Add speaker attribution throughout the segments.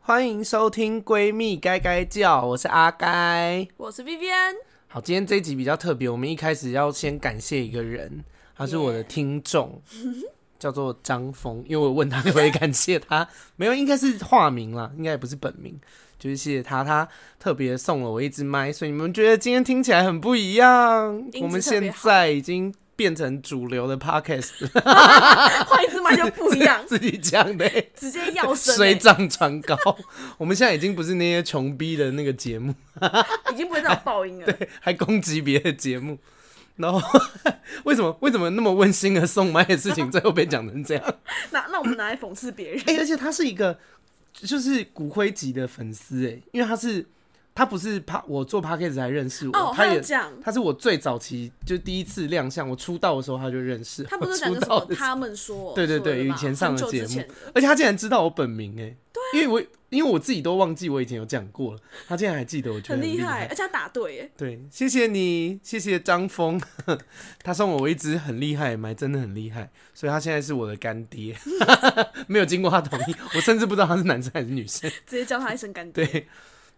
Speaker 1: 欢迎收听《闺蜜该该叫》，我是阿该。
Speaker 2: 我是 Vivian，
Speaker 1: 好，今天这一集比较特别，我们一开始要先感谢一个人，他是我的听众叫做张峰，因为我问他可不可以感谢他，没有，应该是化名啦，应该也不是本名，就是谢谢他，他特别送了我一支麦，所以你们觉得今天听起来很不一样
Speaker 2: 音。质
Speaker 1: 我们
Speaker 2: 特别
Speaker 1: 现
Speaker 2: 好
Speaker 1: 在已经变成主流的 podcast，，
Speaker 2: 换一支麦就不一样
Speaker 1: 自己讲的、
Speaker 2: 直接要 声、
Speaker 1: 水
Speaker 2: 欸，
Speaker 1: 涨船高。我们现在已经不是那些穷逼的那个节目，
Speaker 2: 已经不会再有爆音了。
Speaker 1: 还攻击别的节目。然后为什么为什么那么温馨的送麦的事情，最后被讲成这样？
Speaker 2: 那那我们拿来讽刺别人，
Speaker 1: 哎、而且他是一个就是骨灰级的粉丝哎、因为他是他不是怕我做 p a c k a g e 才认识我，
Speaker 2: 哦
Speaker 1: 他
Speaker 2: 他
Speaker 1: 也
Speaker 2: 有讲
Speaker 1: 他是我最早期就第一次亮相，我出道的时候他就认识我，
Speaker 2: 他不是讲
Speaker 1: 出
Speaker 2: 个什
Speaker 1: 道
Speaker 2: 么
Speaker 1: 的时候
Speaker 2: 他们说，
Speaker 1: 对对对，
Speaker 2: 说的
Speaker 1: 以
Speaker 2: 吧
Speaker 1: 前上
Speaker 2: 很
Speaker 1: 的
Speaker 2: 久
Speaker 1: 节
Speaker 2: 之
Speaker 1: 目
Speaker 2: 前的，
Speaker 1: 而且他竟然知道我本名哎、
Speaker 2: 啊
Speaker 1: 因为我因为我自己都忘记我以前有讲过了，他竟然还记得，我觉得
Speaker 2: 很厉害，
Speaker 1: 害
Speaker 2: 而。且他答对耶，
Speaker 1: 对，谢谢你，谢谢张峰， 他送我一支很厉害的麦，真的很厉害，所以他现在是我的干爹， 没有经过他同意，我甚至不知道他是男生还是女生。
Speaker 2: 直接叫他一声干爹。
Speaker 1: 对，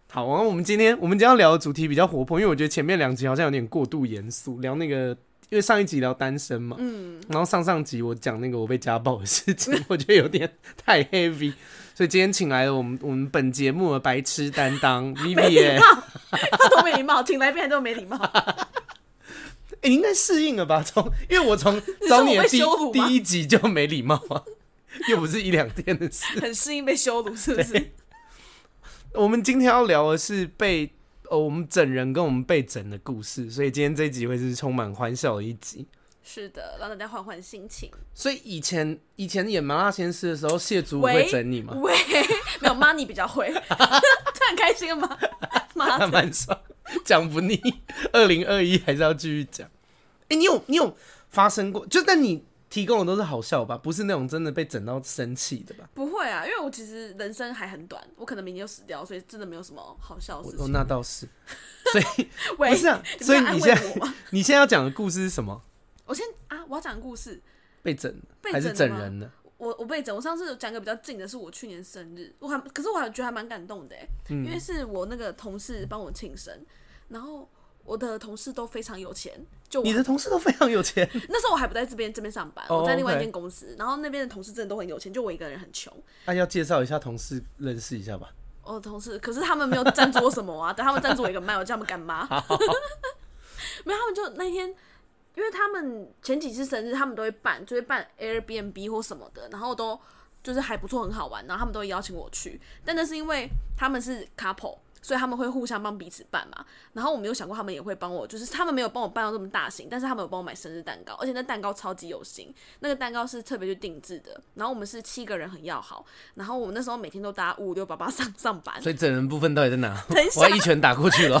Speaker 1: 好，然后我们今天我们今天要聊的主题比较活泼，因为我觉得前面两集好像有点过度严肃，聊那个。因为上一集聊单身嘛，嗯，然后上上集我讲那个我被家暴的事情，我觉得有点太 heavy，所以今天请来了我们我们本节目的白痴担当
Speaker 2: 没礼
Speaker 1: Vivian，
Speaker 2: 貌，他多没礼貌，请来宾还都没礼貌。
Speaker 1: 欸，你应该适应了吧？从因为我从
Speaker 2: 你说
Speaker 1: 找
Speaker 2: 我
Speaker 1: 你的
Speaker 2: 被
Speaker 1: 第
Speaker 2: 羞辱吗
Speaker 1: 第一集就没礼貌啊，又不是一两天的事。
Speaker 2: 很适应被羞辱，是不是？
Speaker 1: 我们今天要聊的是被呃我们整人跟我们被整的故事，所以今天这一集会是充满欢笑的一集。
Speaker 2: 是的，让大家换换心情。
Speaker 1: 所以以前以前演麻辣鲜师的时候，谢祖武
Speaker 2: 喂
Speaker 1: 会整你吗？
Speaker 2: 喂，没有 money 比较会， 突然开心了吗？妈
Speaker 1: 还
Speaker 2: 的，
Speaker 1: 蛮爽，讲不腻。二零二一还是要继续讲。哎、你有你有发生过？就但你提供的都是好笑吧，不是那种真的被整到生气的吧？
Speaker 2: 不会啊，因为我其实人生还很短，我可能明年就死掉，所以真的没有什么好笑的
Speaker 1: 我
Speaker 2: 事
Speaker 1: 哦，
Speaker 2: 情。
Speaker 1: 那倒是，所以
Speaker 2: 喂，
Speaker 1: 不是啊
Speaker 2: 你
Speaker 1: 所以
Speaker 2: 在安
Speaker 1: 你
Speaker 2: 慰
Speaker 1: 现在
Speaker 2: 我吗？
Speaker 1: 你现在要讲的故事是什么？
Speaker 2: 我先啊，我要讲故事。
Speaker 1: 被整
Speaker 2: 被
Speaker 1: 还是
Speaker 2: 整
Speaker 1: 整
Speaker 2: 了吗
Speaker 1: 人呢？
Speaker 2: 我我被整，我上次讲个比较近的是我去年生日，我还可是我还觉得还蛮感动的、欸，因
Speaker 1: 嗯
Speaker 2: 为是我那个同事帮我庆生，然后我的同事都非常有钱，就我
Speaker 1: 你的同事都非常有 钱，
Speaker 2: 那时候我还不在这边这边上班，
Speaker 1: 哦
Speaker 2: 我在另外一
Speaker 1: OK
Speaker 2: 间公司，然后那边的同事真的都很有钱，就我一个人很穷。
Speaker 1: 那、要介绍一下同事，认识一下吧。
Speaker 2: 我的同事，可是他们没有赞助我什么啊， 等他们赞助我一个麦，我叫他们干妈。没有，他们就那天，因为他们前几次生日，他们都会办，就会办 Airbnb 或什么的，然后都就是还不错，很好玩，然后他们都会邀请我去。但那是因为他们是 couple，所以他们会互相帮彼此办嘛。然后我没有想过他们也会帮我，就是他们没有帮我办到这么大型，但是他们有帮我买生日蛋糕，而且那蛋糕超级有心，那个蛋糕是特别去定制的。然后我们是七个人很要好，然后我们那时候每天都搭五五六八八上上班，
Speaker 1: 所以整人部分到底在哪？
Speaker 2: 等一下
Speaker 1: 我要一拳打过 去了。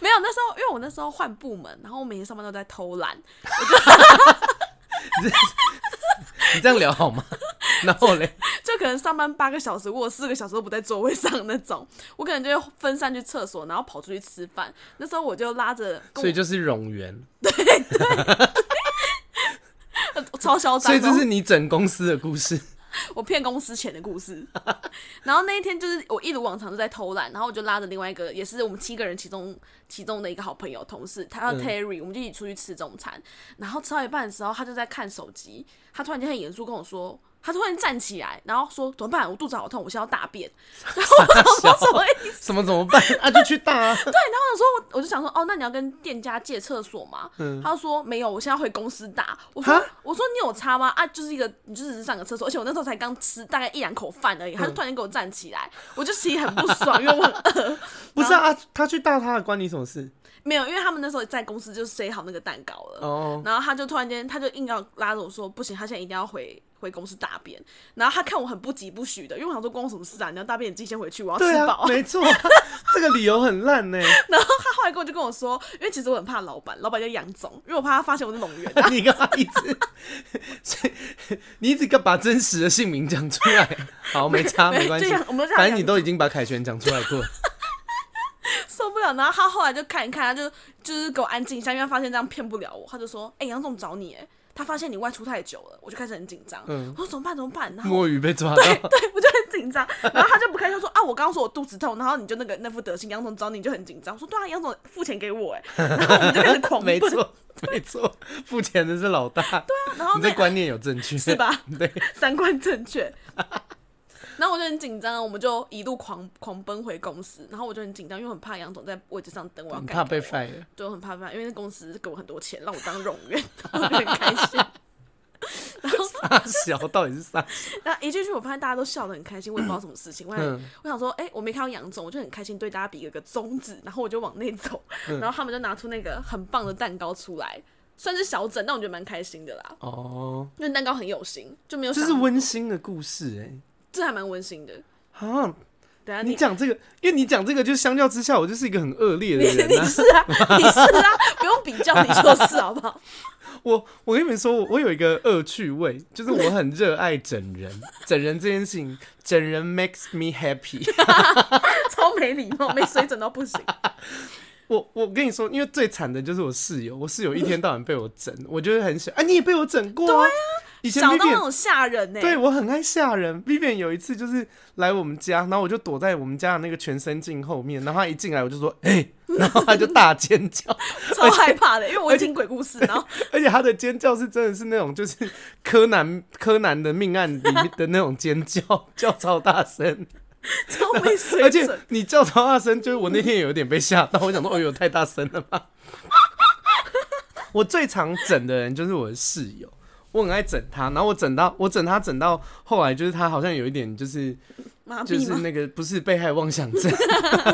Speaker 2: 没有，那时候因为我那时候换部门，然后我每天上班都在偷懒，
Speaker 1: 你这样聊好 吗？然后嘞，
Speaker 2: 就可能上班八个小时，我有四个小时都不在座位上那种，我可能就会分散去厕所，然后跑出去吃饭。那时候我就拉着跟我，
Speaker 1: 所以就是冗员，
Speaker 2: 超嚣
Speaker 1: 所
Speaker 2: 张哦，
Speaker 1: 以这是你整公司的故事。
Speaker 2: 我骗公司钱的故事。 然后那一天就是我一如往常就在偷懒，然后我就拉着另外一个也是我们七个人其中其中的一个好朋友同事，他叫嗯 Terry，、我们就一起出去吃中餐。然后吃到一半的时候，他就在看手机，他突然间很严肃跟我说。他突然站起来，然后说：“怎么办？我肚子好痛，我现在要大便。” 然 后我想说什么意思？
Speaker 1: 什么怎么办？啊，就去大、 啊。
Speaker 2: 对，然后我说我我就想说，哦，那你要跟店家借厕所吗？他就说没有，我现在回公司打。我说
Speaker 1: 嗯哈
Speaker 2: 我说你有差吗？啊，就是一个你就只是上个厕所，而且我那时候才刚吃大概一两口饭而已，
Speaker 1: 嗯
Speaker 2: 他就突然间给我站起来，我就心里很不爽，因为我很 饿。
Speaker 1: 不是啊，啊他去大他的关你什么事？
Speaker 2: 没有，因为他们那时候在公司就塞好那个蛋糕了。
Speaker 1: 哦，
Speaker 2: 然后他就突然间，他就硬要拉着我说，不行，他现在一定要回回公司大便。然后他看我很不急不徐的，因为我想说关我什么事啊？你要大便你自己先回去，我要吃
Speaker 1: 对
Speaker 2: 饱
Speaker 1: 啊，。没 错啊，这个理由很烂呢、
Speaker 2: 然后他后来跟我就跟我说，因为其实我很怕老板，老板叫杨总，因为我怕他发现我是龙源。
Speaker 1: 你干嘛一直？所以你一直个把真实的姓名讲出 来，好，没差，
Speaker 2: 没
Speaker 1: 没关系
Speaker 2: 就像我们就，像
Speaker 1: 反正你都已经把凯旋讲出来 过了，
Speaker 2: 受不了。然后他后来就看一看，他就就是给我安静一下，因为他发现这样骗不了我。他就说：“哎、杨总找你，哎，他发现你外出太久了，我就开始很紧张。
Speaker 1: 嗯
Speaker 2: 我说怎么办？怎么办？然后
Speaker 1: 摸鱼被抓到，
Speaker 2: 对，我就很紧张。然后他就不开心，他说啊，我刚刚说我肚子痛，然后你就那个那副德行，杨总找你就很紧张。我说对啊，杨总付钱给我哎，然后我们就开始狂奔
Speaker 1: 没。错没错，付钱的是老大，
Speaker 2: 然后
Speaker 1: 你
Speaker 2: 那
Speaker 1: 这观念有正确
Speaker 2: 是？吧？
Speaker 1: 对，
Speaker 2: 三观正确。然后我就很紧张，我们就一路狂狂奔回公司。然后我就很紧张，因为我很怕杨总在位置上等我，要
Speaker 1: 很
Speaker 2: 干
Speaker 1: 怕
Speaker 2: 掉
Speaker 1: 被
Speaker 2: 我
Speaker 1: fire。
Speaker 2: 对，我很怕被 fire，因为那公司给我很多钱，让我当冗员， 我就很开心。然后，
Speaker 1: 大小到底是啥？
Speaker 2: 然后一进去，我发现大家都笑得很开心，我也不知道什么事情。我想，
Speaker 1: 嗯
Speaker 2: 我想说，哎、我没看到杨总，我就很开心，对大家比了个中指，然后我就往内走，
Speaker 1: 嗯
Speaker 2: 然后他们就拿出那个很棒的蛋糕出来，算是小整，但我觉得蛮开心的啦，
Speaker 1: 哦，
Speaker 2: 因为蛋糕很有心，就没有
Speaker 1: 这
Speaker 2: 想
Speaker 1: 是温馨的故事哎、
Speaker 2: 这还蛮温馨的。
Speaker 1: 啊，
Speaker 2: 等一下
Speaker 1: 你
Speaker 2: 你
Speaker 1: 讲这个，因为你讲这个，就相较之下，我就是一个很恶劣的
Speaker 2: 你
Speaker 1: 人、啊
Speaker 2: 你。是啊，你是啊，不用比较，你就是好不好？
Speaker 1: 我我跟你们说，我我有一个恶趣味，就是我很热爱整人，整人这件事情，整人 makes me happy。
Speaker 2: 超没礼貌，没水准到不行。
Speaker 1: 我我跟你说，因为最惨的就是我室友，我室友一天到晚被我整，我就是很喜欢。啊，你也被我整过啊？以前
Speaker 2: 小到那
Speaker 1: Vivian
Speaker 2: 种吓人欸呢、
Speaker 1: 对我很爱吓人。Vivian 有一次就是来我们家，然后我就躲在我们家的那个全身镜后面，然后他一进来我就说：“哎、然后他就大尖叫，
Speaker 2: 超害怕的，因为我会听鬼故事，然后
Speaker 1: 而且他的尖叫是真的是那种就是柯南柯南的命案里面的那种尖叫，叫超大声。
Speaker 2: 超没水
Speaker 1: 而且
Speaker 2: 准，
Speaker 1: 你叫超大声，就是我那天也有点被吓到，我想说，哦呦，太大声了吧。我最常整的人就是我的室友，我很爱整他，然后我整到我整他整到后来，就是他好像有一点就是
Speaker 2: 麻
Speaker 1: 就
Speaker 2: 痹
Speaker 1: 是
Speaker 2: 吗？
Speaker 1: 那个不是被害妄想 症，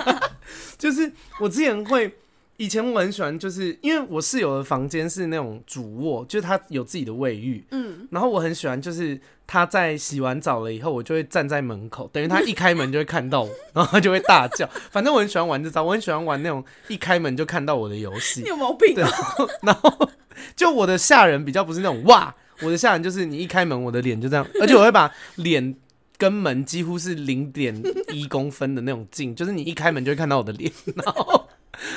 Speaker 1: 就是我之前会，以前我很喜欢，就是因为我室友的房间是那种主卧，就是他有自己的卫浴，嗯，然后我很喜欢，就是他在洗完澡了以后，我就会站在门口，等于他一开门就会看到我， 然后他就会大叫，反正我很喜欢玩这招，我很喜欢玩那种一开门就看到我的游戏
Speaker 2: 你，有毛病
Speaker 1: 对， 然
Speaker 2: 啊！
Speaker 1: 后然后就我的吓人比较不是那种哇，我的吓人就是你一开门我的脸就这样，而且我会把脸跟门几乎是零点一公分的那种近，就是你一开门就会看到我的脸， 然后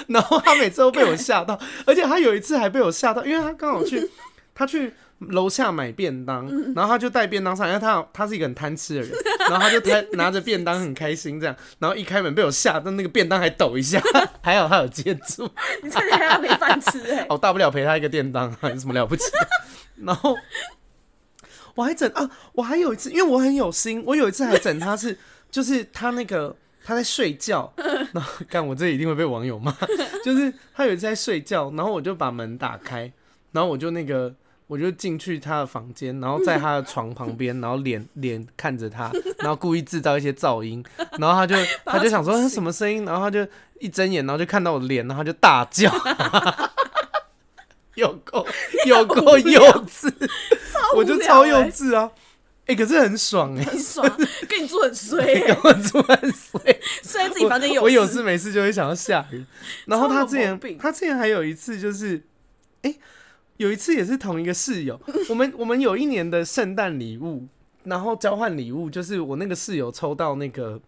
Speaker 1: 然后他每次都被我吓到， 而且他有一次还被我吓到，因为他刚好去他去。楼下买便当，然后他就带便当上来，因为他他是一个很贪吃的人，然后他就他拿着便当很开心这样，然后一开门被我吓到，那个便当还抖一下， 还好他有接住，
Speaker 2: 你差点让他没饭吃 哎、
Speaker 1: 哦，大不了赔他一个便当啊，有什么了不起 的？然后我还整啊，我还有一次，因为我很有心，我有一次还整他是，就是他那个他在睡觉，然后看我这一定会被网友骂，就是他有一次在睡觉，然后我就把门打开，然后我就那个。我就进去他的房间，然后在他的床旁 边，然后脸脸看着他，然后故意制造一些噪音，然后他就他就想说 哎
Speaker 2: 把他吵醒
Speaker 1: 什么声音，然后他就一睁眼，然后就看到我的脸，然后他就大叫， 有 够有够幼稚，
Speaker 2: 超无
Speaker 1: 我就
Speaker 2: 聊
Speaker 1: 超幼
Speaker 2: 欸
Speaker 1: 稚啊！哎、可是很爽哎、
Speaker 2: 很爽，跟你住很衰、欸，
Speaker 1: 跟 我住很睡，
Speaker 2: 虽然自己房间
Speaker 1: 我我有
Speaker 2: 事，
Speaker 1: 事没事就会想要吓人。然后
Speaker 2: 超有
Speaker 1: 他之
Speaker 2: 毛
Speaker 1: 前
Speaker 2: 病
Speaker 1: 他之前还有一次就是，哎、有一次也是同一个室友，我们我们有一年的圣诞礼物，然后交换礼物，就是我那个室友抽到那个。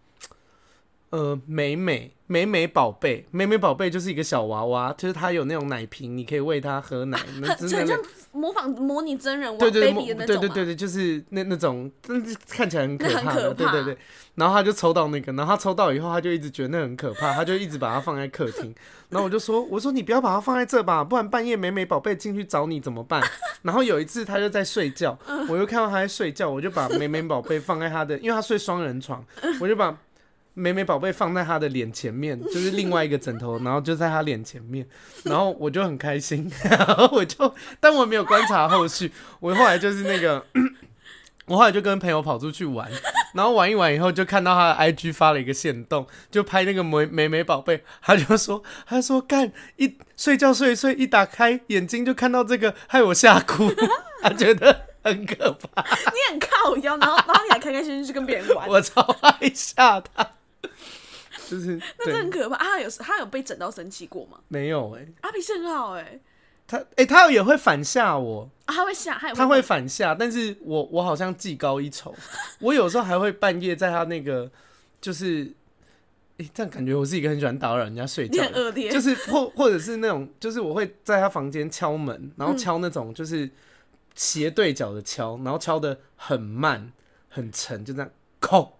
Speaker 1: 呃，美美美美宝贝，美美宝贝就是一个小娃娃，就是它有那种奶瓶，你可以喂它喝奶，那
Speaker 2: 很
Speaker 1: 真
Speaker 2: 就
Speaker 1: 的
Speaker 2: 啊很像模仿模拟真人玩
Speaker 1: 对对
Speaker 2: baby 的那
Speaker 1: 对
Speaker 2: 种
Speaker 1: 对
Speaker 2: 嘛
Speaker 1: 对对，就是那那种，但是看起来很可
Speaker 2: 那
Speaker 1: 怕
Speaker 2: 很
Speaker 1: 的，
Speaker 2: 可
Speaker 1: 对对
Speaker 2: 怕
Speaker 1: 对。然后他就抽到那个，然后他抽到以后，他就一直觉得那很可怕，他就一直把它放在客 厅。然后我就说，我说你不要把它放在这吧，不然半夜美美宝贝进去找你怎么办？ 然后有一次他就在睡觉，
Speaker 2: 嗯
Speaker 1: 我又看到他在睡觉，我就把美美宝贝放在他的，因为他睡双人床，
Speaker 2: 嗯
Speaker 1: 我就把。美美宝贝放在他的脸前面，就是另外一个枕头，然后就在他脸前面，然后我就很开心， 然后我就，但我没有观察后续，我后来就是那个，我后来就跟朋友跑出去玩， 然后玩一玩以后，就看到他的 IG 发了一个线动，就拍那个美美美宝贝，他就说，他说干一睡觉睡一睡，一打开眼睛就看到这个，害我吓 哭，他觉得很可怕，
Speaker 2: 你很靠腰，然后然后你还开开心心去跟别人玩，
Speaker 1: 我超爱吓他，就是
Speaker 2: 那真的
Speaker 1: 对
Speaker 2: 很，可怕啊！他有他有被整到生气过吗？
Speaker 1: 没有哎、
Speaker 2: 阿皮是很好哎、欸，
Speaker 1: 他哎、他也会反吓我，
Speaker 2: 啊他会吓，他也
Speaker 1: 他会反下，但是我我好像技高一筹， 我有时候还会半夜在他那个就是，诶、这样感觉我是一个很喜欢打扰人家睡
Speaker 2: 你
Speaker 1: 觉
Speaker 2: 很
Speaker 1: 的人，
Speaker 2: 恶劣，嗯
Speaker 1: 就是或或者是那种，就是我会在他房间敲门，然后敲那种就是。斜对角的敲，然后敲的很慢很沉，就这样叩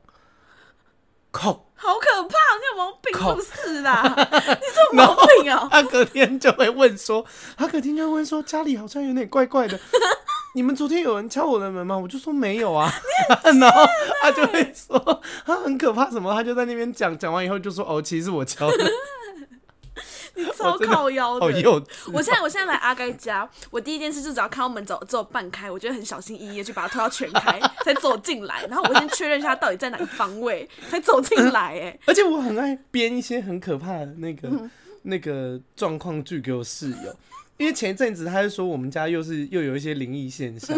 Speaker 1: 叩，
Speaker 2: 好可怕！你有毛病是不是 啦？你是有毛病哦、
Speaker 1: 他隔天就会问说，他隔天就会问说家里好像有点怪怪的。你们昨天有人敲我的门吗？我就说没有啊， 然后他就会说他很可怕什么，他就在那边讲，讲完以后就说哦，其实是我敲的，
Speaker 2: 你超靠腰
Speaker 1: 好
Speaker 2: 的。
Speaker 1: 幼稚。
Speaker 2: 我现在我现在来阿该家，我第一件事就只要看到门走只有半开，我就会很小心翼翼的去把它推到全 开，才走进来。然后我先确认一下它到底在哪个 方位，才走进来、哎，
Speaker 1: 而且我很爱编一些很可怕的那个、那个状况剧给我室友，因为前一阵子他就说我们家又是又有一些灵异现象，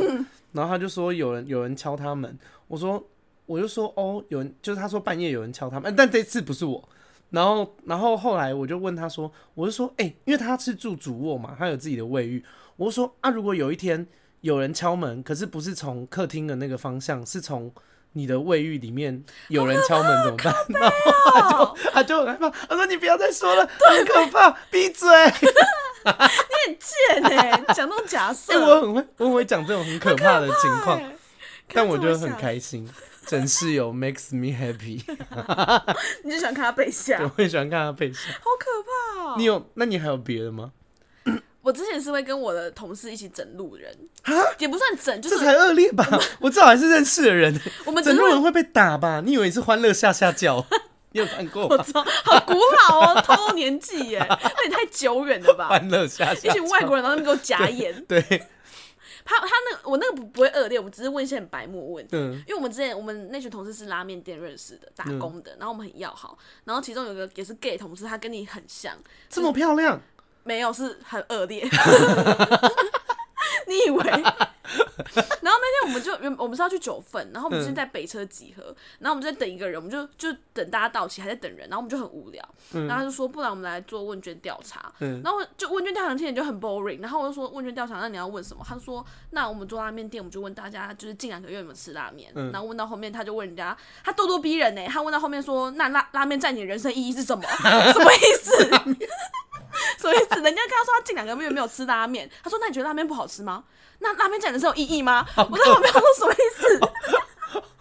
Speaker 1: 然后他就说有人有人敲他门，我说我就说哦有人就是他说半夜有人敲他们，但这次不是我。然后，然后后来我就问他说：“我就说，哎、因为他是住主卧嘛，他有自己的卫浴。我就说啊，如果有一天有人敲门，可是不是从客厅的那个方向，是从你的卫浴里面有人敲门怎么办？”然后他就 他就很害怕，他说你不要再 说了，很可怕，闭嘴！哎、
Speaker 2: 贱哎、 讲这种假设，
Speaker 1: 我很会，我很会讲这种很可怕的情况，
Speaker 2: 哎
Speaker 1: 但我觉得很，
Speaker 2: 看这么
Speaker 1: 开心。整室友 makes me happy，
Speaker 2: 吓你就想看它被吓，
Speaker 1: 我
Speaker 2: 好
Speaker 1: 很喜欢看他配笑。
Speaker 2: 可怕哦、
Speaker 1: 你有？那你还有别的吗？
Speaker 2: 我之前是会跟我的同事一起整路人，也不算整，就
Speaker 1: 这
Speaker 2: 是
Speaker 1: 才恶 劣吧！我至少还是认识的人，
Speaker 2: 我们只
Speaker 1: 整
Speaker 2: 是
Speaker 1: 路
Speaker 2: 会
Speaker 1: 人会被打吧？你以为是欢乐下下叫？ 你有看过
Speaker 2: 我
Speaker 1: 吗？
Speaker 2: 知道， 好古老哦，透露年纪耶，那也太久远 了吧？
Speaker 1: 欢乐下
Speaker 2: 一
Speaker 1: 下
Speaker 2: 群外国人，然后他们给我假眼，
Speaker 1: 对，
Speaker 2: 他他那个我那个不不会恶劣，我们只是问一些很白目的问题。
Speaker 1: 嗯，
Speaker 2: 因为我们之前我们那群同事是拉面店认识的，打工的，然后我们很要好。然后其中有个也是 gay 同事，他跟你很像，
Speaker 1: 这么漂亮，
Speaker 2: 没有是很恶劣。 你以为？然后那天我们就原我们是要去九份，然后我们
Speaker 1: 嗯
Speaker 2: 先在北车集合，然后我们就在等一个人，我们就就等大家到齐，还在等人，然后我们就很无聊，然后他就说不然我们来做问卷调查，
Speaker 1: 嗯
Speaker 2: 然后我就问卷调查听起来就很 boring，然后我就说问卷调查那你要问什么？他就说那我们做拉面店，我们就问大家就是近两个月有没有吃拉面，
Speaker 1: 嗯
Speaker 2: 然后问到后面他就问人家他咄咄逼人呢、他问到后面说那拉拉面在你人生意义是什么？ 什么意思？ 所以只能人家跟他说他近两个月没有吃拉面，他说那你觉得拉面不好吃吗？那拉面讲的是有意义吗？我在旁边说什么意思？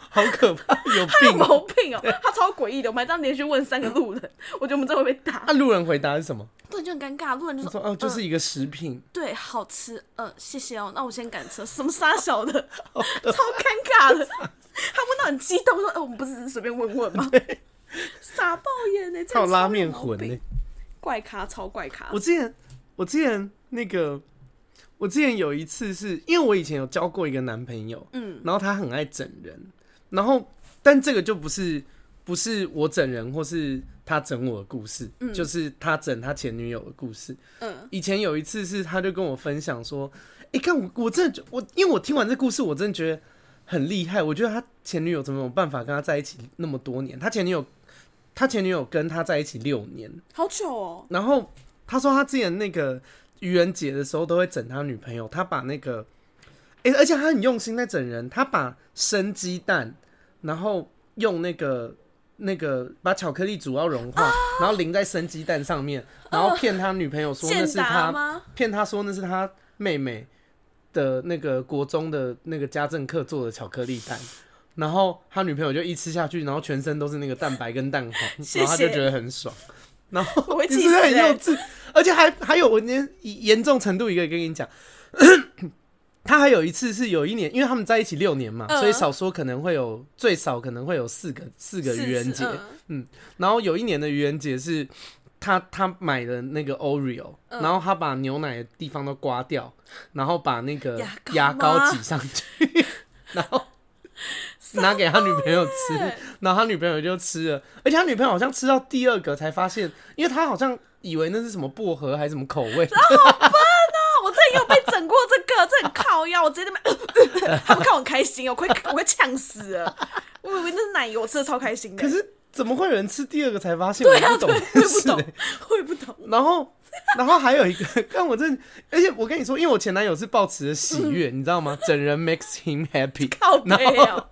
Speaker 1: 好可怕，有
Speaker 2: 他有
Speaker 1: 病！
Speaker 2: 毛病哦、他超诡异的。我们还这样连续问三个路人，我觉得我们真的会被打
Speaker 1: 那。啊路人回答是什么？
Speaker 2: 路人就很尴尬，路人就
Speaker 1: 他
Speaker 2: 说
Speaker 1: 说哦，就
Speaker 2: 嗯
Speaker 1: 是一个食品，
Speaker 2: 对，好吃，嗯，谢谢哦。那我先赶车，什么傻小的， 超尴尬的。他问到很激动，说：“呃，我们不是只是随便问问吗？”傻爆眼呢、欸，这
Speaker 1: 还有
Speaker 2: 样
Speaker 1: 拉
Speaker 2: 超
Speaker 1: 面
Speaker 2: 毛
Speaker 1: 魂
Speaker 2: 病
Speaker 1: 呢。
Speaker 2: 怪咖，超怪咖
Speaker 1: 我。之前，我之前那个，我之前有一次是因为我以前有交过一个男朋友，
Speaker 2: 嗯，
Speaker 1: 然后他很爱整人，然后但这个就不是不是我整人或是他整我的故事，就是他整他前女友的故事。
Speaker 2: 嗯，
Speaker 1: 以前有一次是他就跟我分享说，哎、看我我真的觉我因为我听完这故事，我真的觉得很厉害，我觉得他前女友怎么有办法跟他在一起那么多年？他前女友他前女友跟他在一起六年，
Speaker 2: 好久哦。
Speaker 1: 然后他说他之前那个愚人节的时候都会整他女朋友，他把那个，诶，而且他很用心在整人，他把生鸡蛋，然后用那个那个把巧克力煮到融
Speaker 2: 啊
Speaker 1: 化，然后淋在生鸡蛋上面，然后骗他女朋友说那
Speaker 2: 健
Speaker 1: 是
Speaker 2: 达
Speaker 1: 他，
Speaker 2: 吗？
Speaker 1: 骗他说那是他妹妹的那个国中的那个家政课做的巧克力蛋。然后他女朋友就一吃下去，然后全身都是那个蛋白跟蛋黄，
Speaker 2: 谢谢
Speaker 1: 然后他就觉得很爽。然后
Speaker 2: 我会
Speaker 1: 你
Speaker 2: 气
Speaker 1: 是不
Speaker 2: 死、
Speaker 1: 是很
Speaker 2: 欸
Speaker 1: 幼。稚，而且还还有我连严重程度一个跟你讲， 他还有一次是有一年，因为他们在一起六年嘛，
Speaker 2: 嗯
Speaker 1: 所以少说可能会有最少可能会有四个四个
Speaker 2: 是
Speaker 1: 愚人
Speaker 2: 是
Speaker 1: 节，
Speaker 2: 嗯
Speaker 1: 然后有一年的愚人节是他他买了那个 Oreo，、
Speaker 2: 嗯
Speaker 1: 然后他把牛奶的地方都刮掉，然后把那个
Speaker 2: 牙膏
Speaker 1: 牙膏
Speaker 2: 吗
Speaker 1: 挤上去，然后拿给他女朋友吃，然后他女朋友就吃了，而且他女朋友好像吃到第二个才发现，因为他好像以为那是什么薄荷还是什么口味，
Speaker 2: 啊我之前也有被整过这个，这很靠腰，我直接在那边，他们看我很开心哦，我快我快呛死了。我以为那是奶油，我吃的超开心的。
Speaker 1: 可是 怎么会有人吃第二个才发现？我不懂
Speaker 2: 对，
Speaker 1: 这件
Speaker 2: 我也不
Speaker 1: 事欸
Speaker 2: 懂，我也不懂。
Speaker 1: 然后，然后还有一个， 但我真的，而且我跟你说，因为我前男友是抱持着喜悦，你知道吗？整人 makes him happy，
Speaker 2: 靠背
Speaker 1: 然后
Speaker 2: 哦，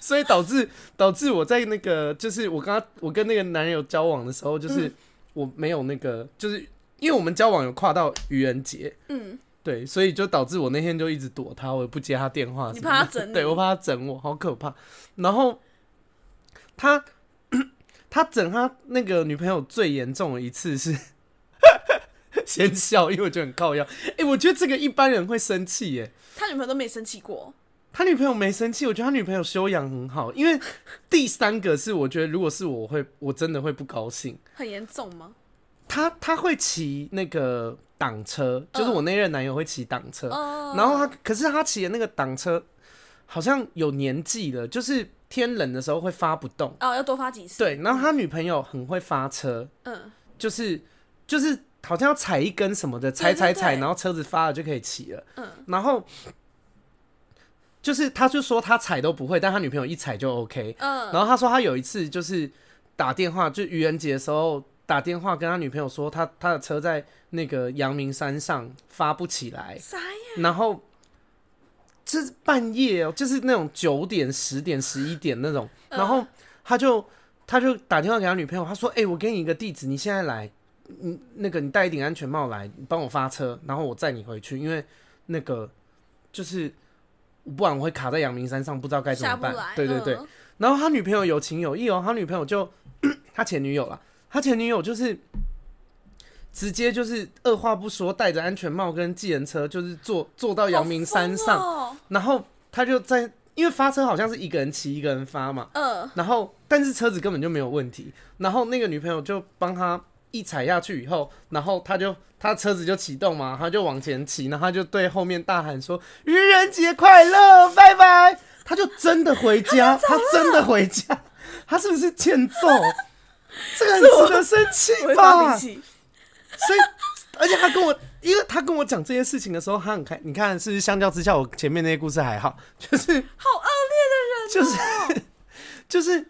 Speaker 1: 所以导致导致我在那个，就是我跟他，我跟那个男友交往的
Speaker 2: 嗯
Speaker 1: 时候，就是、我没有那个，就是因为我们交往有跨到愚人节，
Speaker 2: 嗯，
Speaker 1: 对，所以就导致我那天就一直躲他，我也不接他电话什么的。
Speaker 2: 你怕他 整你
Speaker 1: 对我怕他整我，好可怕。然后 他他整他那个女朋友最严重的一次是 先笑，因为我觉得很靠腰。哎、我觉得这个一般人会生气耶。
Speaker 2: 他女朋友都没生气过，
Speaker 1: 他女朋友没生气，我觉得他女朋友修养很好。因为 第三个是，我觉得如果是我我会，我真的会不高兴。
Speaker 2: 很严重吗？
Speaker 1: 他他会骑那个挡车，就是我那任男友会骑挡车，
Speaker 2: 嗯
Speaker 1: 然后他可是他骑的那个挡车好像有年纪了，就是天冷的时候会发不动。
Speaker 2: 哦，要多发几次。
Speaker 1: 对，然后他女朋友很会发车，
Speaker 2: 嗯，
Speaker 1: 就是就是好像要踩一根什么的，踩踩踩，
Speaker 2: 对
Speaker 1: 然后车子发了就可以骑了。
Speaker 2: 嗯，
Speaker 1: 然后就是他就说他踩都不会，但他女朋友一踩就 OK。
Speaker 2: 嗯，
Speaker 1: 然后他说他有一次就是打电话，就愚人节的时候打电话跟他女朋友说他他的车在那个阳明山上发不起来，
Speaker 2: 啥呀？
Speaker 1: 然后这是半夜哦，就是那种九点、十点、十一点那种，
Speaker 2: 嗯
Speaker 1: 然后他就他就打电话给他女朋友，他说：“哎、我给你一个地址，你现在来，你那个你戴一顶安全帽来，你帮我发车，然后我载你回去，因为那个就是。”不然我会卡在阳明山上，不知道该怎么
Speaker 2: 下不
Speaker 1: 办
Speaker 2: 来。。
Speaker 1: 对对对，
Speaker 2: 嗯
Speaker 1: 然后他女朋友有情有义哦，他女朋友就 他前女友啦，他前女友就是直接就是二话不说，戴着安全帽跟计程车，就是坐坐到阳明山上，
Speaker 2: 好疯哦
Speaker 1: 然后他就在因为发车好像是一个人骑一个人发嘛，
Speaker 2: 嗯，
Speaker 1: 然后但是车子根本就没有问题，然后那个女朋友就帮他一踩下去以后，然后他就他车子就启动嘛，他就往前骑，然后他就对后面大喊说：“愚人节快乐，拜拜！”他就真的回家， 他真的回家，他是不是欠揍？这个很值得生气
Speaker 2: 我会发
Speaker 1: 吧
Speaker 2: 脾？气。
Speaker 1: 所以，而且他跟我，因为他跟我讲这些事情的时候，他很开，你看是不是相较之下，我前面那些故事还好，就是
Speaker 2: 好恶劣的人、哦，
Speaker 1: 就是 就是，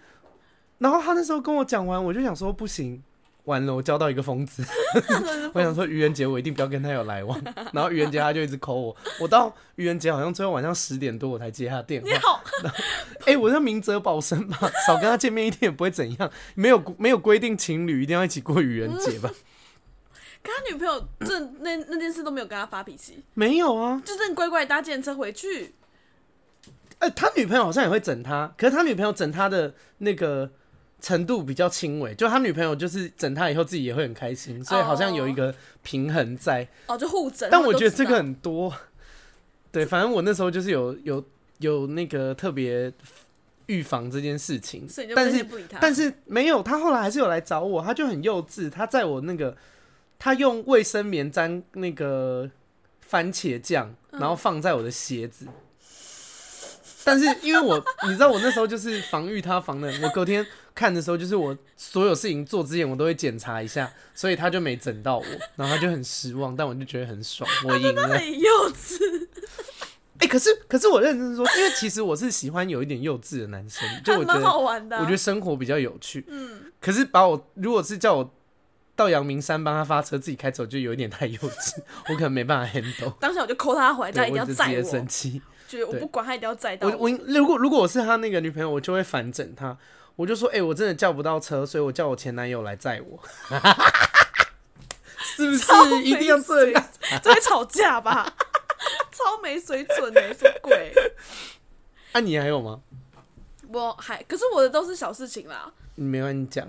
Speaker 1: 然后他那时候跟我讲完，我就想说不行，完了，我交到一个疯子。我想说愚人节我一定不要跟他有来往。然后愚人节他就一直 call 我，我到愚人节好像最后晚上十点多我才接他电话
Speaker 2: 你。好，
Speaker 1: 哎、我是明哲保身吧，少跟他见面一天也不会怎样。没有没有规定情侣一定要一起过愚人节吧？
Speaker 2: 可他女朋友这那那件事都没有跟他发脾气，
Speaker 1: 没有啊，
Speaker 2: 就真的乖乖搭计程车回去。
Speaker 1: 哎、他女朋友好像也会整他，可是他女朋友整他的那个程度比较轻微，就他女朋友就是整他以后自己也会很开心，所以好像有一个平衡在。
Speaker 2: 哦，就互整。
Speaker 1: 但
Speaker 2: 他们
Speaker 1: 我
Speaker 2: 都
Speaker 1: 觉得
Speaker 2: 知
Speaker 1: 这
Speaker 2: 道
Speaker 1: 个很 多，对，反正我那时候就是有有有那个特别预防这件事情
Speaker 2: 所以你，就
Speaker 1: 但
Speaker 2: 分
Speaker 1: 是
Speaker 2: 线不理他。
Speaker 1: 但是没有，他后来还是有来找我，他就很幼稚，他在我那个他用卫生棉沾那个番茄酱，然
Speaker 2: 嗯
Speaker 1: 后放在我的鞋子。但是因为我，你知道我那时候就是防御他防的，我隔天看的时候，就是我所有事情做之前我都会检查一下，所以他就没整到我，然后他就很失望，但我就觉得很爽，我赢
Speaker 2: 他
Speaker 1: 了。
Speaker 2: 很幼稚，
Speaker 1: 哎、可是可是我认真说，因为其实我是喜欢有一点幼稚的男生，就
Speaker 2: 还
Speaker 1: 我觉
Speaker 2: 蛮
Speaker 1: 得
Speaker 2: 好玩的啊、
Speaker 1: 我觉得生活比较有趣。嗯，可是把我如果是叫我到阳明山帮他发车，自己开走，就有一点太幼 稚，我可能没办法 handle。
Speaker 2: 当下我就扣他回家，
Speaker 1: 对，
Speaker 2: 一定
Speaker 1: 我
Speaker 2: 要
Speaker 1: 就
Speaker 2: 载
Speaker 1: 直接生
Speaker 2: 我，
Speaker 1: 气。
Speaker 2: 觉得我
Speaker 1: 对
Speaker 2: 不管他，一定要载到
Speaker 1: 我我如果如果我是他那个女朋友，我就会反整他，我就说，哎、我真的叫不到车，所以我叫我前男友来载 我。是不是一定要这样？
Speaker 2: 这会吵架吧？ 超没水准的、什么鬼？
Speaker 1: 啊，你还有吗？
Speaker 2: 我还可是我的都是小事情啦。
Speaker 1: 你没关系，你讲。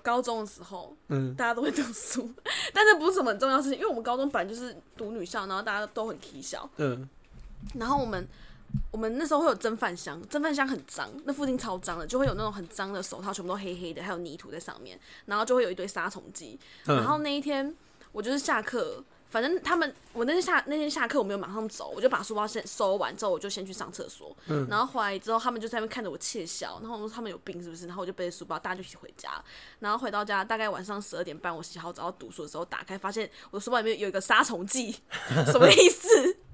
Speaker 2: 高中的时候，
Speaker 1: 嗯，
Speaker 2: 大家都会读书， 但这不是什么很重要的事情，因为我们高中本来就是读女校，然后大家都很体小，
Speaker 1: 嗯，
Speaker 2: 然后我们我们那时候会有蒸饭箱，蒸饭箱很脏，那附近超脏的，就会有那种很脏的手套，全部都黑黑的，还有泥土在上面，然后就会有一堆杀虫剂。
Speaker 1: 嗯
Speaker 2: 然后那一天我就是下课，反正他们我那天下那天下课我没有马上走，我就把书包先收完之后，我就先去上厕所。然后回来之后，他们就在那边看着我窃笑，然后我说他们有病是不是？然后我就背着书包，大家就一起回家。然后回到家大概晚上十二点半，我洗好澡要读书的时候，打开发现我的书包里面有一个杀虫剂， 什么意思？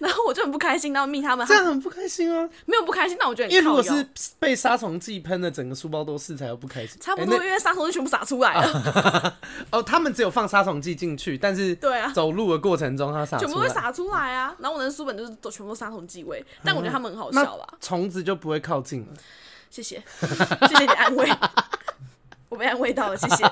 Speaker 2: 然后我就很不开心，然后密他们，
Speaker 1: 这样很不开心啊。
Speaker 2: 没有不开心，那我觉得很
Speaker 1: 因为如果
Speaker 2: 靠腰
Speaker 1: 是被杀虫剂喷的，整个书包都是，才有不开心。
Speaker 2: 差不
Speaker 1: 哎
Speaker 2: 多，
Speaker 1: 那啊
Speaker 2: 因为杀虫就全部撒出来啊了，
Speaker 1: 哦，他们只有放杀虫剂进去，但是
Speaker 2: 对啊
Speaker 1: 走路的过程中它撒出
Speaker 2: 全
Speaker 1: 来，
Speaker 2: 部会撒出来啊。然后我的书本就是都全部杀虫剂味，但我觉得他们很好
Speaker 1: 嗯那
Speaker 2: 笑啦。
Speaker 1: 虫子就不会靠近了。
Speaker 2: 谢谢， 谢谢你的安慰， 我被安慰到了，谢谢。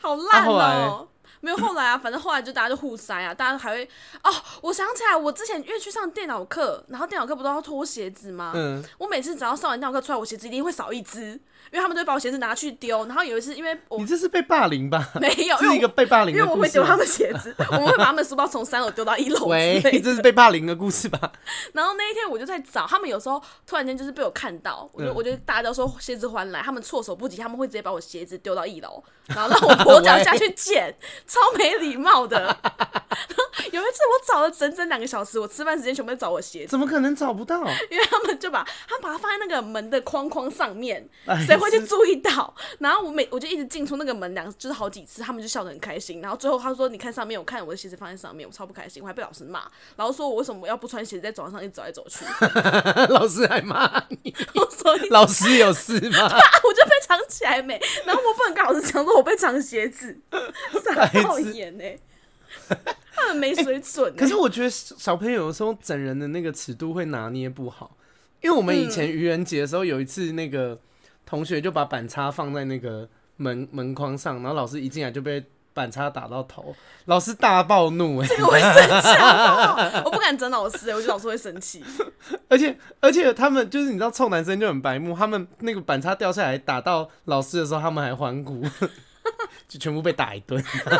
Speaker 2: 好烂
Speaker 1: 那后来
Speaker 2: 哦、
Speaker 1: 呢
Speaker 2: 没有后来啊，反正后来就大家就互塞啊，大家还会哦，我想起来，我之前因为去上电脑课，然后电脑课不都要脱鞋子吗？
Speaker 1: 嗯，
Speaker 2: 我每次只要上完电脑课出来，我鞋子一定会少一只，因为他们都会把我鞋子拿去丢。然后有一次，因为我
Speaker 1: 你这是被霸凌吧？
Speaker 2: 没有，
Speaker 1: 这是一
Speaker 2: 因为
Speaker 1: 个
Speaker 2: 我
Speaker 1: 被霸凌
Speaker 2: 因为
Speaker 1: 的
Speaker 2: 我
Speaker 1: 故
Speaker 2: 会
Speaker 1: 事啊
Speaker 2: 丢
Speaker 1: 吗
Speaker 2: 他。们鞋子， 我们会把他们书包从三楼丢到一楼
Speaker 1: 喂
Speaker 2: 之类，
Speaker 1: 这
Speaker 2: 的。
Speaker 1: 是被霸凌的故事吧？
Speaker 2: 然后那一天我就在找，他们有时候突然间就是被我看到，我就、
Speaker 1: 嗯
Speaker 2: 我觉得大家都说鞋子还来，他们措手不及，他们会直接把我鞋子丢到一 楼，然后让我跛脚下去捡，超没礼貌的。 然后有一次我找了整整两个小时，我吃饭时间全部在找我鞋子。
Speaker 1: 怎么可能找不到？
Speaker 2: 因为他们就把他们把它放在那个门的框框上面，
Speaker 1: 哎
Speaker 2: 谁会去
Speaker 1: 是
Speaker 2: 注意到？然后我每我就一直进出那个门两就是好几次，他们就笑得很开心。然后最后他说：“你看上面，我看我的鞋子放在上面，我超不开心，我还被老师骂，然后说我为什么要不穿鞋子在走廊上一直走来走去？”
Speaker 1: 老师还骂你，
Speaker 2: 我所以
Speaker 1: 老师有事吗？
Speaker 2: 我就被藏起来没，然后我不能跟老师讲说我被藏 鞋子，傻爆眼呢、欸他们没水准、欸。
Speaker 1: 可是我觉得小朋友有时候整人的那个尺度会拿捏不好，因为我们以前愚人节的时候有一次，那个同学就把板擦放在那个门门框上，然后老师一进来就被板擦打到头，老师大暴怒哎、
Speaker 2: 这个我会生气，好不好我不敢整老师、欸，我觉得老师会生气。
Speaker 1: 而且而且他们就是你知道臭男生就很白目，他们那个板擦掉下来打到老师的时候，他们还欢呼， 就全部被打一顿。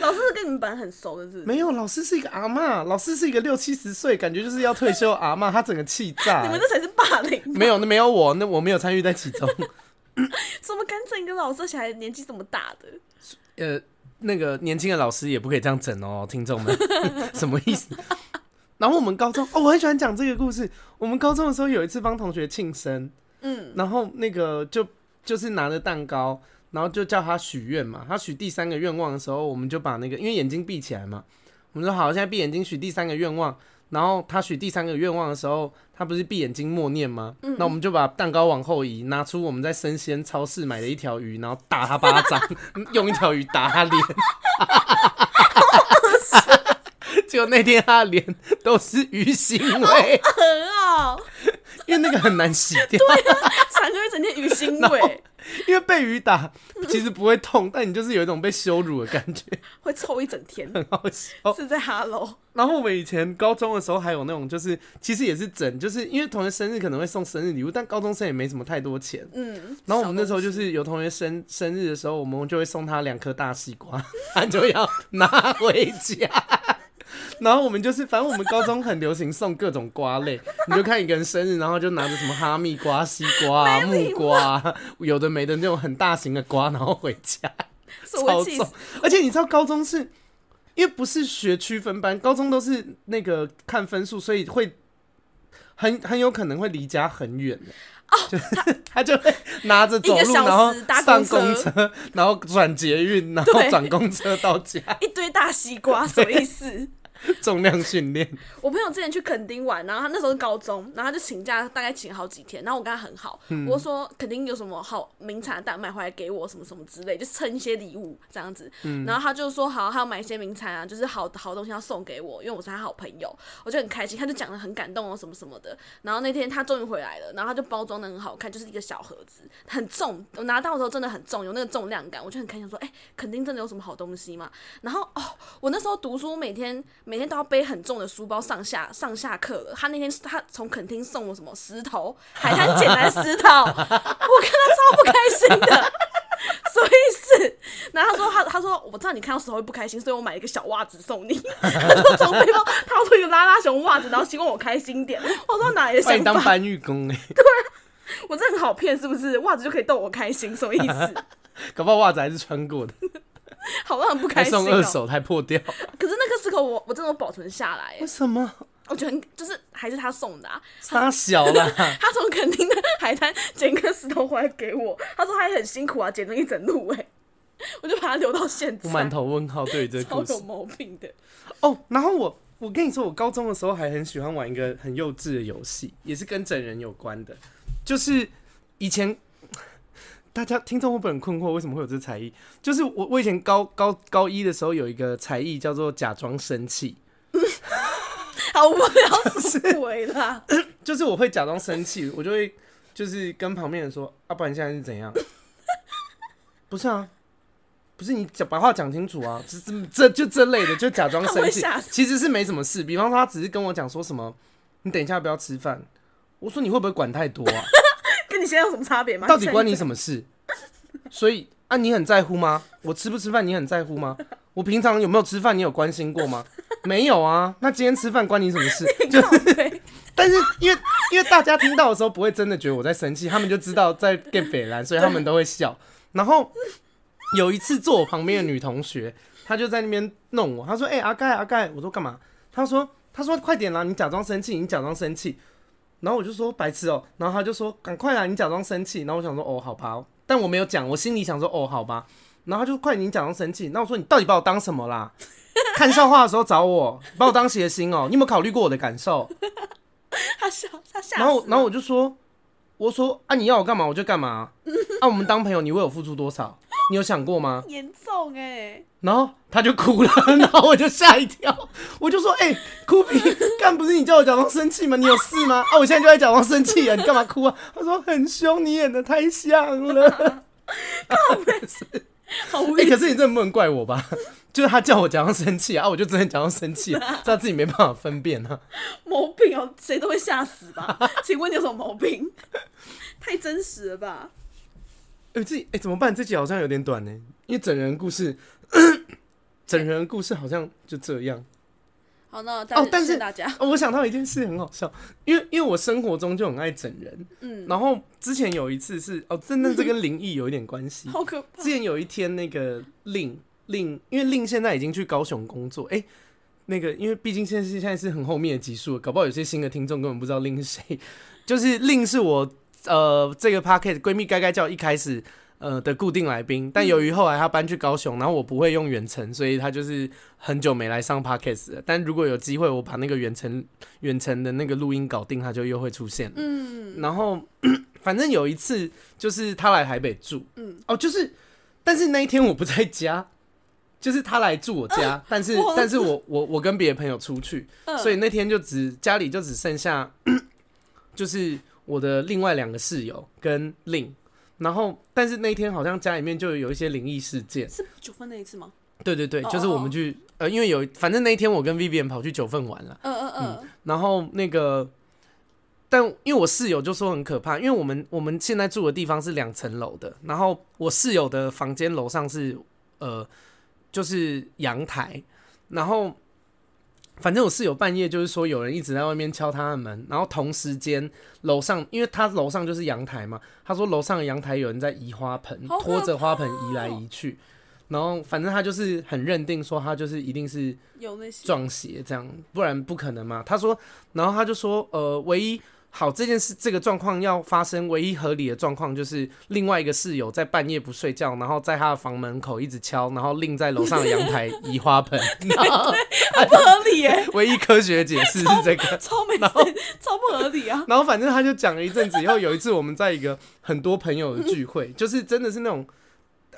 Speaker 2: 老师是跟你们班很熟的，是不是？
Speaker 1: 没有，老师是一个阿嬷，老师是一个六七十岁，感觉就是要退休的阿嬷，她整个气炸、
Speaker 2: 你们这才是霸凌，
Speaker 1: 没有，那没有我，那我没有参与在其中。
Speaker 2: 怎么敢整一个老师而且还年纪这么大的？
Speaker 1: 呃，那个年轻的老师也不可以这样整哦，听众们，什么意思？然后我们高中哦，我很喜欢讲这个故事。我们高中的时候有一次帮同学庆生，
Speaker 2: 嗯，
Speaker 1: 然后那个就就是拿着蛋糕，然后就叫他许愿嘛。他许第三个愿望的时候，我们就把那个因为眼睛闭起来嘛，我们说好，现在闭眼睛许第三个愿望。然后他许第三个愿望的时候，他不是闭眼睛默念吗？那我们就把蛋糕往后移，拿出我们在生鲜超市买的一条鱼，然后打他巴掌，用一条鱼打他脸。结果那天他的脸都是鱼腥味，
Speaker 2: 很好，
Speaker 1: 因为那个很难洗掉。
Speaker 2: 闪哥一整天鱼腥味，
Speaker 1: 因为被雨打其实不会痛，但你就是有一种被羞辱的感觉，
Speaker 2: 会臭一整天，
Speaker 1: 很好笑。
Speaker 2: 是在哈喽。
Speaker 1: 然后我们以前高中的时候还有那种，就是其实也是整，就是因为同学生日可能会送生日礼物，但高中生也没什么太多钱。
Speaker 2: 嗯，
Speaker 1: 然后我们那时候就
Speaker 2: 小东西
Speaker 1: 是有同学生生日的时候，我们就会送他两颗大西瓜， 他就要拿回家。然后我们就是，反正我们高中很流行送各种瓜类，你就看一个人生日，然后就拿着什么哈密瓜、西瓜、啊、木瓜啊，有的没的那种很大型的瓜，然后回家。
Speaker 2: 是我
Speaker 1: 超
Speaker 2: 会气死
Speaker 1: 重。而且你知道高中是，因为不是学区分班，高中都是那个看分数，所以会很很有可能会离家很远的。哦， 他他就会拿着走
Speaker 2: 一个
Speaker 1: 路，
Speaker 2: 小时
Speaker 1: 然后
Speaker 2: 搭
Speaker 1: 上
Speaker 2: 公
Speaker 1: 公
Speaker 2: 车
Speaker 1: 车，然后转捷 运，然后
Speaker 2: 对
Speaker 1: 转公车到家，
Speaker 2: 一堆大西瓜，什么意思？
Speaker 1: 重量训练。
Speaker 2: 我朋友之前去垦丁玩，然后他那时候是高中，然后他就请假，大概请好几天。然后我跟他很好，我就说垦丁有什么好名产的蛋买回来给我，什么什么之类，就蹭一些礼物这样子。然后他就说好，他要买一些名产啊，就是好好东西要送给我，因为我是他好朋友，我就很开心。他就讲的很感动哦，什么什么的。然后那天他终于回来了，然后他就包装的很好看，就是一个小盒子，很重。我拿到的时候真的很重，有那个重量感，我就很开心说，哎、垦丁真的有什么好东西吗？然后哦，我那时候读书，每天每天都要背很重的书包上下上下课了。他那天他从垦丁送我什么石头，海滩捡来 石头，我看他超不开心的， 什么意思？然后他说他他说我知道你看到石头会不开心，所以我买了一个小袜子送你。他说从背包掏出一个拉拉熊袜子，然后希望我开心点。我说哪来的
Speaker 1: 把
Speaker 2: 想
Speaker 1: 你当
Speaker 2: 法？
Speaker 1: 搬运工哎、
Speaker 2: 我这很好骗是不是？袜子就可以逗我开心，什么意 思？
Speaker 1: 搞不好袜子还是穿过的，
Speaker 2: 好让人不
Speaker 1: 还
Speaker 2: 开心
Speaker 1: 送二
Speaker 2: 哦、
Speaker 1: 手还破掉，
Speaker 2: 可是那个石头我我真的有保存下来、欸
Speaker 1: 为什么？
Speaker 2: 我觉得很就是还是他送的、啊，
Speaker 1: 傻小 啦，
Speaker 2: 他从垦丁的海滩捡个石头回来给我，他说他也很辛苦啊，捡了一整路哎、 我就把他留到现
Speaker 1: 我
Speaker 2: 在，
Speaker 1: 满头问号对于这个
Speaker 2: 超
Speaker 1: 故事
Speaker 2: 有。毛病的，
Speaker 1: 哦，然后我我跟你说，我高中的时候还很喜欢玩一个很幼稚的游戏，也是跟整人有关的，就是以前。 大家听众会不会很困惑，为什么会有这才艺？就是我我以前高高高一的时候有一个才艺叫做假装生气，
Speaker 2: 好无聊死鬼啦！
Speaker 1: 就是我会假装生气，我就会 就是跟旁边人说，啊，不然现在是怎样？不是啊，不是你讲把话讲清楚啊，这这这就这类的，就假装
Speaker 2: 他
Speaker 1: 生
Speaker 2: 会
Speaker 1: 气
Speaker 2: 吓，死
Speaker 1: 其实是没什么事。比方说他只是跟我讲说什么，你等一下不要吃饭，我说你会不会管太多啊？
Speaker 2: 跟你现在有什么差别吗？
Speaker 1: 到底关你
Speaker 2: 么？
Speaker 1: 什么事？ 所以啊，你很在乎吗？我吃不吃饭你很在乎吗？我平常有没有吃饭你有关心过 吗？没有啊，那今天吃饭关你什么事？就
Speaker 2: 对，
Speaker 1: 但是因为因为大家听到的时候不会真的觉得我在生气，他们就知道在 get 北兰，所以他们都会笑。然后有一次坐我旁边的女同学，她就在那边弄我，她说：“哎、阿盖阿盖，我说干嘛？”她说：“她说快点啦，你假装生气，你假装生气。”然后我就说：“白痴哦、然后她就说：“赶快啦，你假装生气。”然后我想说：“哦，好吧。”但我没有讲，我心里想说：“哦，好吧。”然后她就快点，你假装生气。那我说：“你到底把我当什么啦？ 看笑话的时候找我，把我当谐星哦、你有没有考虑过我的感 受？”
Speaker 2: 他笑，他吓死
Speaker 1: 然后然后我就说，我说啊，你要我干嘛我就干嘛啊，啊我们当朋友你为我付出多少，你有想过吗？
Speaker 2: 严重哎，
Speaker 1: 然后他就哭了， 然后我就吓一跳，我就说，哎、哭 屁，干不是你叫我假装生气吗？你有事吗？啊，我现在就在假装生气啊，你干嘛哭啊？他说很凶，你演的太像 了。
Speaker 2: 好无
Speaker 1: 哎、
Speaker 2: 语。
Speaker 1: 可是你真的不能怪我吧？就是他叫我假装生气啊，啊我就真的假装生气、 啊，他自己没办法分辨啊。
Speaker 2: 毛病哦，谁都会吓死 吧？请问你有什么毛病？太真实了吧？
Speaker 1: 哎、这哎、怎么办？这集好像有点短呢，因为整人故事， 整人故事好像就这样。
Speaker 2: 好，那
Speaker 1: 哦但
Speaker 2: 但
Speaker 1: 是
Speaker 2: 谢谢大家，
Speaker 1: 哦，我想到一件事很好笑，因为因为我生活中就很爱整人，
Speaker 2: 嗯，
Speaker 1: 然后之前有一次是哦，真的这跟灵异有一点关系。
Speaker 2: 好可怕
Speaker 1: 之。前有一天那个令令，因为令现在已经去高雄工作，哎、那个因为毕竟现在是现在是很后面的集数了，搞不好有些新的听众根本不知道令是谁。就是令是我呃这个 p a c k e t 闺蜜该该叫一开始呃的固定来宾，但由于后来他搬去高雄，然后我不会用远程，所以他就是很久没来上 p a c k e t 了。但如果有机会，我把那个远程远程的那个录音搞定，他就又会出现了。
Speaker 2: 嗯，
Speaker 1: 然后 反正有一次就是他来台北住，嗯，哦，就是，但是那一天我不在家， 就是他来住我家，但是
Speaker 2: 啊我
Speaker 1: 但是我我我跟别的朋友出去，
Speaker 2: 嗯
Speaker 1: 所以那天就只家里就只剩下 就是我的另外两个室友跟令。然后，但是那一天好像家里面就有一些灵异事件，
Speaker 2: 是九分那一次吗？
Speaker 1: 对对对，
Speaker 2: 哦
Speaker 1: 就是我们去，呃，因为有，反正那一天我跟 Vivian 跑去九份玩了，
Speaker 2: 嗯嗯
Speaker 1: 然后那个，但因为我室友就说很可怕，因为我们我们现在住的地方是两层楼的，然后我室友的房间楼上是呃就是阳台，然后反正我室友半夜就是说有人一直在外面敲他的门，然后同时间楼上因为他楼上就是阳台嘛，他说楼上的阳台有人在移花盆，
Speaker 2: 好可
Speaker 1: 拖着花盆
Speaker 2: 怕
Speaker 1: 移来
Speaker 2: 哦
Speaker 1: 移去。然后，反正他就是很认定说，他就是一定是
Speaker 2: 嗯，有那些。
Speaker 1: 撞邪这样，不然不可能嘛。他说，然后他就说，呃，唯一好这件事这个状况要发生，唯一合理的状况就是另外一个室友在半夜不睡觉，然后在他的房门口一直敲，然后另在楼上的阳台移花盆。然后
Speaker 2: 啊不合理 耶，
Speaker 1: 唯一科学解释是这个。
Speaker 2: 超没超不合理啊！
Speaker 1: 然后反正他就讲了一阵子以后，有一次我们在一个很多朋友的聚会， 就是真的是那种。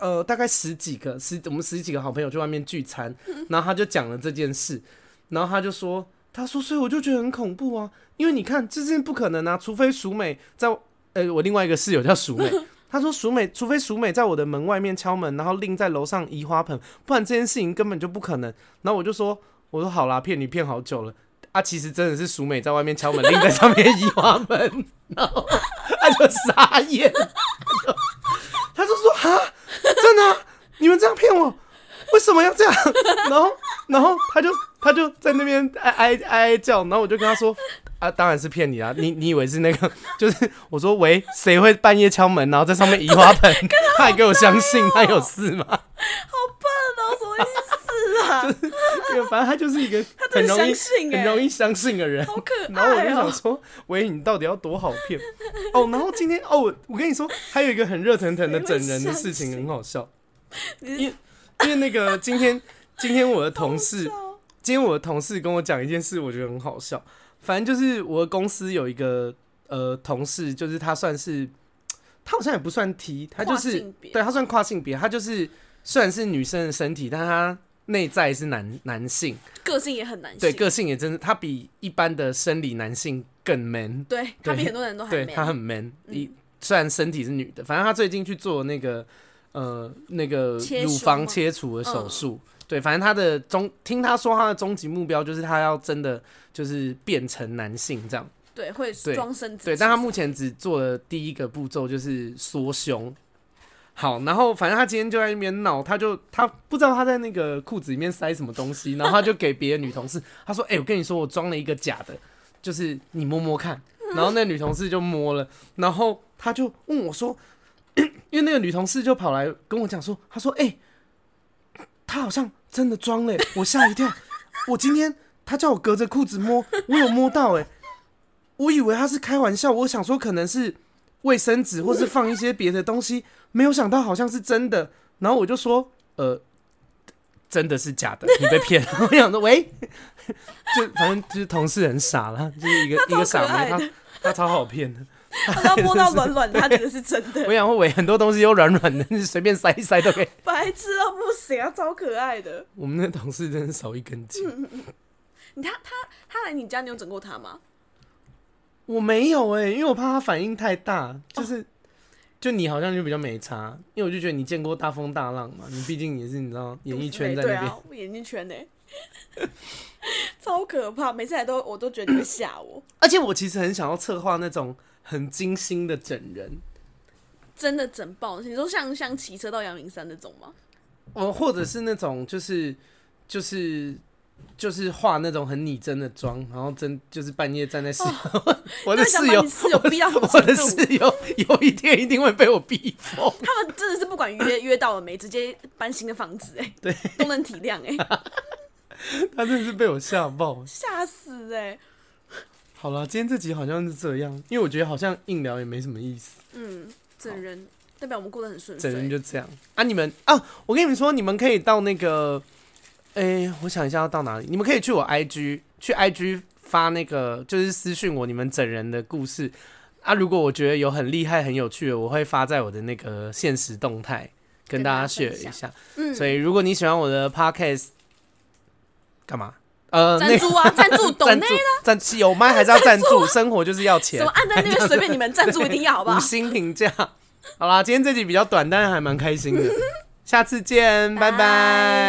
Speaker 1: 呃，大概十几个十，我们十几个好朋友去外面聚餐，然后他就讲了这件事，然后他就说，他说，所以我就觉得很恐怖啊，因为你看这件不可能啊，除非淑美在，呃，我另外一个室友叫淑美，他说淑美，除非淑美在我的门外面敲门，然后另在楼上移花盆，不然这件事情根本就不可能。然后我就说，我说好啦，骗你骗好久了。啊，其实真的是淑美在外面敲门，另在上面移花盆， 然后他就傻眼，他就他就说哈，真的啊、你们这样骗我，为什么要这样？然后然后他就他就在那边哀哀哀哀叫，然后我就跟他说啊，当然是骗你啊，你 你以为是那个，就是我说喂，谁会半夜敲门，然后在上面移花 盆？他还给我相信，他有事吗？
Speaker 2: 好笨哦，什么意思啊？
Speaker 1: 因为反正他就是一个
Speaker 2: 他真
Speaker 1: 很
Speaker 2: 的
Speaker 1: 容易
Speaker 2: 相信欸
Speaker 1: 很容易相信的人。
Speaker 2: 好可
Speaker 1: 然后我就
Speaker 2: 爱
Speaker 1: 想
Speaker 2: 哦！
Speaker 1: 说，喂，你到底要多好骗？
Speaker 2: 哎
Speaker 1: 哦，然后今天哦，我我跟你说，还有一个很热腾腾的整人的事情
Speaker 2: 谁会相信
Speaker 1: 很好 笑，
Speaker 2: 你
Speaker 1: 因为因为那个今天今天我的同事，
Speaker 2: 好
Speaker 1: 今天我的同事跟我讲一件事，我觉得很好笑。反正就是我的公司有一个呃同事，就是他算是他好像也不算 T，他就
Speaker 2: 跨
Speaker 1: 是
Speaker 2: 性别
Speaker 1: 对他啊算跨性别，他就是虽然是女生的身体，但他内在是男男性。
Speaker 2: 笑个性也很难
Speaker 1: 对，
Speaker 2: 信
Speaker 1: 个性也真的，他比一般的生理男性更 man，
Speaker 2: 对他比
Speaker 1: 对
Speaker 2: 很多人都还
Speaker 1: 对他
Speaker 2: man，
Speaker 1: 很 man，
Speaker 2: 嗯
Speaker 1: 一、虽然身体是女的，反正他最近去做那个呃那个
Speaker 2: 切
Speaker 1: 乳
Speaker 2: 胸
Speaker 1: 房
Speaker 2: 吗嗯
Speaker 1: 切除的手术。对，反正他的终听他说他的终极目标就是他要真的就是变成男性这样。
Speaker 2: 对，会
Speaker 1: 对
Speaker 2: 装身子。
Speaker 1: 对，但他目 前只做了第一个步骤，就是缩胸。好，然后反正他今天就在那边闹，他就他不知道他在那个裤子里面塞什么东西，然后他就给别的女同事，他说：“哎、我跟你说，我装了一个假的，就是你摸摸看。”然后那女同事就摸了，然后他就问我说：“ 因为那个女同事就跑来跟我讲说，她说：‘哎、她好像真的装嘞、我吓一跳。我今天她叫我隔着裤子摸，我有摸到哎、我以为他是开玩笑，我想说可能是卫生纸或是放一些别的东西，没有想到好像是真的。然后我就说，呃，真的是假的，你被骗 了。我想说，喂， 就反正就是同事很傻啦，就是一个一个傻妹，
Speaker 2: 爱的
Speaker 1: 他他超好骗的。
Speaker 2: 他要摸到软软，他觉得是真
Speaker 1: 我
Speaker 2: 的，
Speaker 1: 想说，喂，很多东西都软软的，你随便塞一塞都可以。
Speaker 2: 白痴到不行，他超可爱的。
Speaker 1: 我们那同事真是少一根筋。
Speaker 2: 你他他他来你家，你有整过他吗？
Speaker 1: 我没有哎、因为我怕他反应太大，
Speaker 2: 哦
Speaker 1: 就是、就你好像就比较没差，因为我就觉得你见过大风大浪嘛，你毕竟也是你知道演艺圈在那
Speaker 2: 对
Speaker 1: 边，
Speaker 2: 啊，我演艺圈呢、 超可怕。每次来都我都觉得你会吓我，
Speaker 1: 而且我其实很想要策划那种很精心的整人，
Speaker 2: 真的整爆。你说像像骑车到阳明山那种吗？
Speaker 1: 哦，或者是那种就是就是。就是化那种很拟真的妆，然后真就是半夜站在室， 我的
Speaker 2: 哦那想
Speaker 1: 室
Speaker 2: 把
Speaker 1: 友
Speaker 2: 你，室友逼到什么
Speaker 1: 我的
Speaker 2: 程度？
Speaker 1: 室友有一天一定会被我逼疯。
Speaker 2: 他们真的是不管约约到了没，直接搬新的房子哎、
Speaker 1: 对，
Speaker 2: 都能体谅哎、
Speaker 1: 他真的是被我吓爆。
Speaker 2: 吓死哎、
Speaker 1: 好了，今天这集好像是这样，因为我觉得好像硬聊也没什么意思，
Speaker 2: 嗯，整人代表我们过得很顺
Speaker 1: 整人
Speaker 2: 遂。
Speaker 1: 就这样啊。你们啊，我跟你们说，你们可以到那个，诶，我想一下要到哪里，你们可以去我 IG，去 IG 发那个，就是私讯我你们整人的故事啊。如果我觉得有很厉害、很有趣的，我会发在我的那个现实动态跟大家
Speaker 2: 跟
Speaker 1: share
Speaker 2: 大家
Speaker 1: 一
Speaker 2: 分
Speaker 1: 下。
Speaker 2: 嗯
Speaker 1: 所以如果你喜欢我的 podcast，干嘛？呃，那
Speaker 2: 赞助啊，赞助 懂
Speaker 1: 赞
Speaker 2: 内
Speaker 1: 助赞助有麦还是要赞 助，生活就是要钱
Speaker 2: 什么。按在那边随便你们赞助一定要好不好
Speaker 1: 五？星评价。好啦，今天这集比较短，但是还蛮开心的。下次见，拜拜。
Speaker 2: 拜